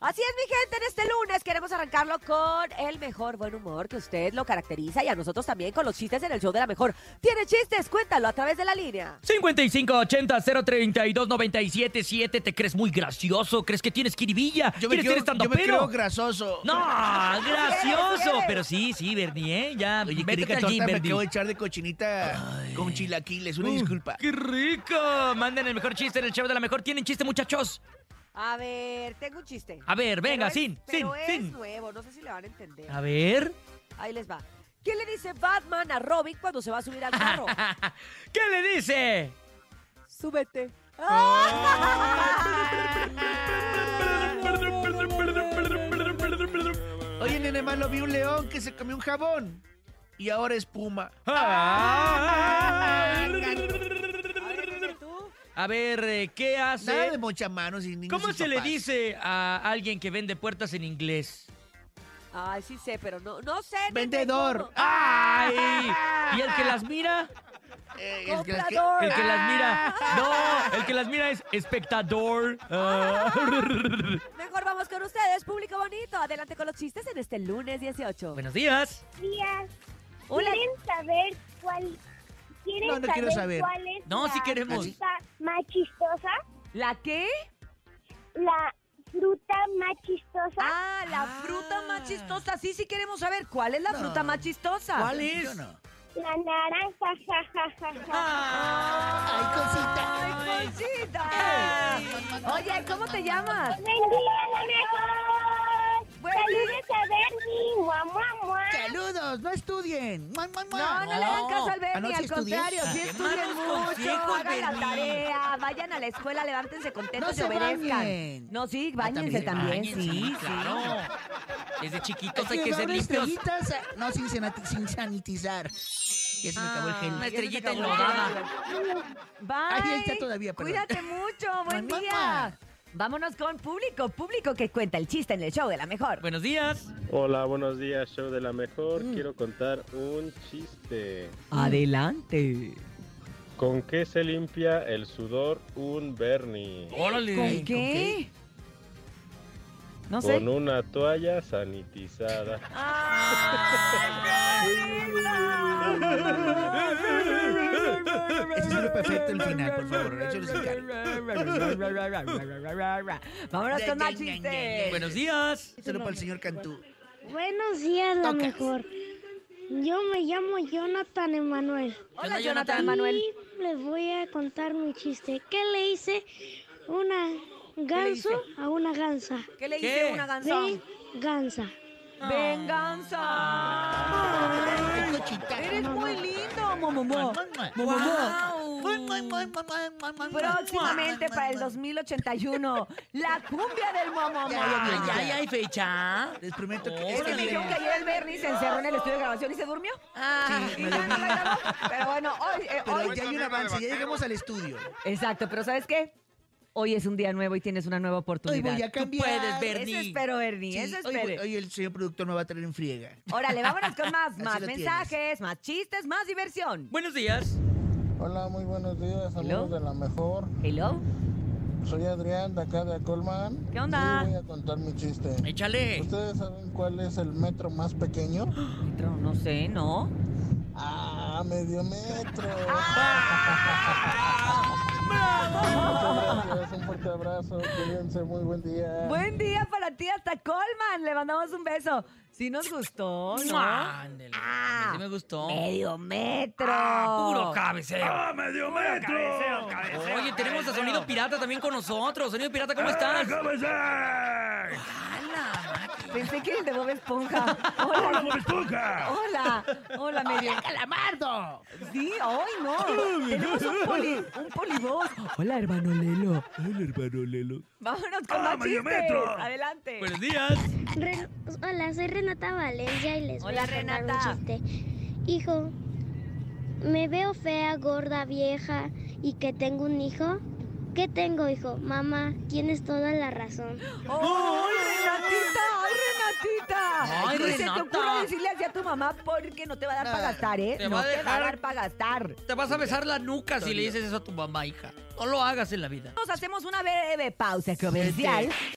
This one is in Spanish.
Así es, mi gente, en este lunes queremos arrancarlo con el mejor buen humor que usted lo caracteriza y a nosotros también con los chistes en el show de la mejor. ¿Tiene chistes? Cuéntalo a través de la línea. 5580-032-977. ¿Te crees muy gracioso? ¿Creres que tienes kiribilla? Yo me, ¿Quieres ser creo, yo me creo estandopero? grasoso. No, gracioso. ¿Quieres? Pero sí, sí, Bernie, ¿eh? Ya, Oye, qué métete rica al torta gym, me Bernie. acabo de echar de cochinita con chilaquiles. Una Uh, disculpa. ¡Qué rico! Manden el mejor chiste en el show de la mejor. ¿Tienen chiste, muchachos? A ver, tengo un chiste. A ver, Pero venga, es- sin, sin, Pero es sin. nuevo, no sé si le van a entender. A ver. Ahí les va. ¿Qué le dice Batman a Robin cuando se va a subir al carro? ¿Qué le dice? Súbete. Oh. Oye, nene malo, vi un león que se comió un jabón. Y ahora es puma. ¿Tú? A ver, eh, ¿qué Nada hace? de mochamanos y niños ¿Cómo sin se le papás. dice a alguien que vende puertas en inglés? Ay, sí sé, pero no, no sé. nene, Vendedor. Ah, ¿cómo? ¡Ay! ¿Y el que las mira? Eh, es que las que- Comprador. El que las mira. No, el que las mira es espectador. Ah. Mejor vamos con ustedes, público bonito. Adelante con los chistes en este lunes 18. Buenos días. días. Hola. ¿Quieren saber cuál? ¿Quieren No, no quiero saber. saber, cuál es No, la sí queremos. fruta más chistosa? ¿La qué? La fruta más chistosa. Ah, la Ah. fruta más chistosa. Sí, sí queremos saber cuál es la fruta más chistosa. ¿Cuál Yo es? no. La naranja, ja, ja, ja, ja. Ah. Ay, Ay, cosita. Oye, ¿cómo te llamas? ¡Buen día, la mejor! Buen ¡Saludos a Bernie! ¡Mua, mua, mua! Saludos, no estudien. Mua, mua, No, mua. no, le hagan No. caso al Benny, Anoche al estudié. contrario, sí Qué estudien malos mucho, consejos, hagan la Benny. tarea, vayan a la escuela, levántense contentos No y se obedezcan. bañen. No, sí, Ah, bañense también, Bañen, sí, sí, sí. claro. Desde chiquitos hay que que dar ser una limpios. estrellita, sa- eh, no, sin, sanati- sin sanitizar. Ya se me acabó el Ah, Una gel. estrellita acabó. enlodada. Bye. Ahí está todavía, perdón. Cuídate mucho, buen Mamá. día. Vámonos con público, público que cuenta el chiste en el show de la mejor. Buenos días. Hola, buenos días, show de la mejor. Mm. Quiero contar un chiste. Adelante. ¿Con qué se limpia el sudor un Bernie? Órale. ¿Con Ay, qué? No sé. Con una toalla sanitizada. ¡Ay, Benito! Ese es el perfecto el final, por favor. Échalo sin cara. Vámonos con más chistes. Buenos días. Solo para el señor Cantú. Buenos días, la Tocas. mejor. Yo me llamo Jonathan Emanuel. Hola, Hola, Jonathan Jonathan. Manuel. Y les voy a contar mi chiste. ¿Qué le hice una ganso a una gansa? ¿Qué le ¿Qué? hice una ganzón? Venganza. ¡Venganza! Ay, cochita. ¡Eres muy lindo, Momomo! Mua, mua, mua. Wow. Mua, mua, mua, mua, mua, mua, mua, mua. Próximamente para el Mua, 2081, la cumbia del Momomo. Ya, ya, ya. ay, fecha. Les prometo que Es que me dijeron que ayer el Bernie se encerró en el estudio de grabación y se durmió. Ah. Sí, Y me ya no dormí. bailamos. Pero bueno, hoy, eh, hoy Pero ya hay un avance, ya llegamos al estudio. Exacto, pero ¿sabes qué? Hoy es un día nuevo y tienes una nueva Hoy oportunidad. voy a cambiar. puedes, Bernie. Eso espero, Ernie, Sí, eso hoy, voy- espere. hoy el señor productor me va a traer en friega. Órale, vámonos con más, Así más lo mensajes, más chistes, más diversión. Buenos días. Hola, muy buenos días, Hello. amigos de la mejor. Hello. Soy Adrián de acá de Colman. ¿Qué onda? Y voy a contar mi chiste. Échale. ¿Ustedes saben cuál es el metro más pequeño? Metro, no sé, ¿no? Ah, medio metro. Ah. Muchas gracias, un fuerte abrazo. Cuídense, muy buen día. Buen día para ti hasta Colman. Le mandamos un beso. Sí nos gustó, ¿no? Ándale, Ah. sí me gustó. Medio metro. Ah, puro cabeceo. medio metro! Oye, tenemos a Sonido Pirata también con nosotros. Sonido Pirata, ¿cómo estás? ¡Hala! Pensé que el de Bob Esponja. Hola, Bob Esponja. Hola, hola, medio. ¡Calamardo! Sí, hoy no. Tenemos un, poli, un polivoz. Hola, hermano Lelo. El hermano Lelo. Vámonos con Ah, más medio chistes. metro. Adelante. Buenos días. Ren- Hola, soy Renata Valencia y les voy Hola, a contar un Renata. chiste. Hijo, me veo fea, gorda, vieja y que tengo un hijo. ¿Qué tengo, hijo? Mamá, tienes toda la razón. ¡Ay, Renatita! ¡Ay, Renatita! Ay, Ni se te Renata. ocurra decirle así a tu mamá porque no te va a dar para gastar, ¿eh? Te no va a te va a dejar- dar para gastar. Te vas a besar la nuca si le dices eso a tu mamá, hija. No lo hagas en la vida. Nos hacemos una breve pausa comercial.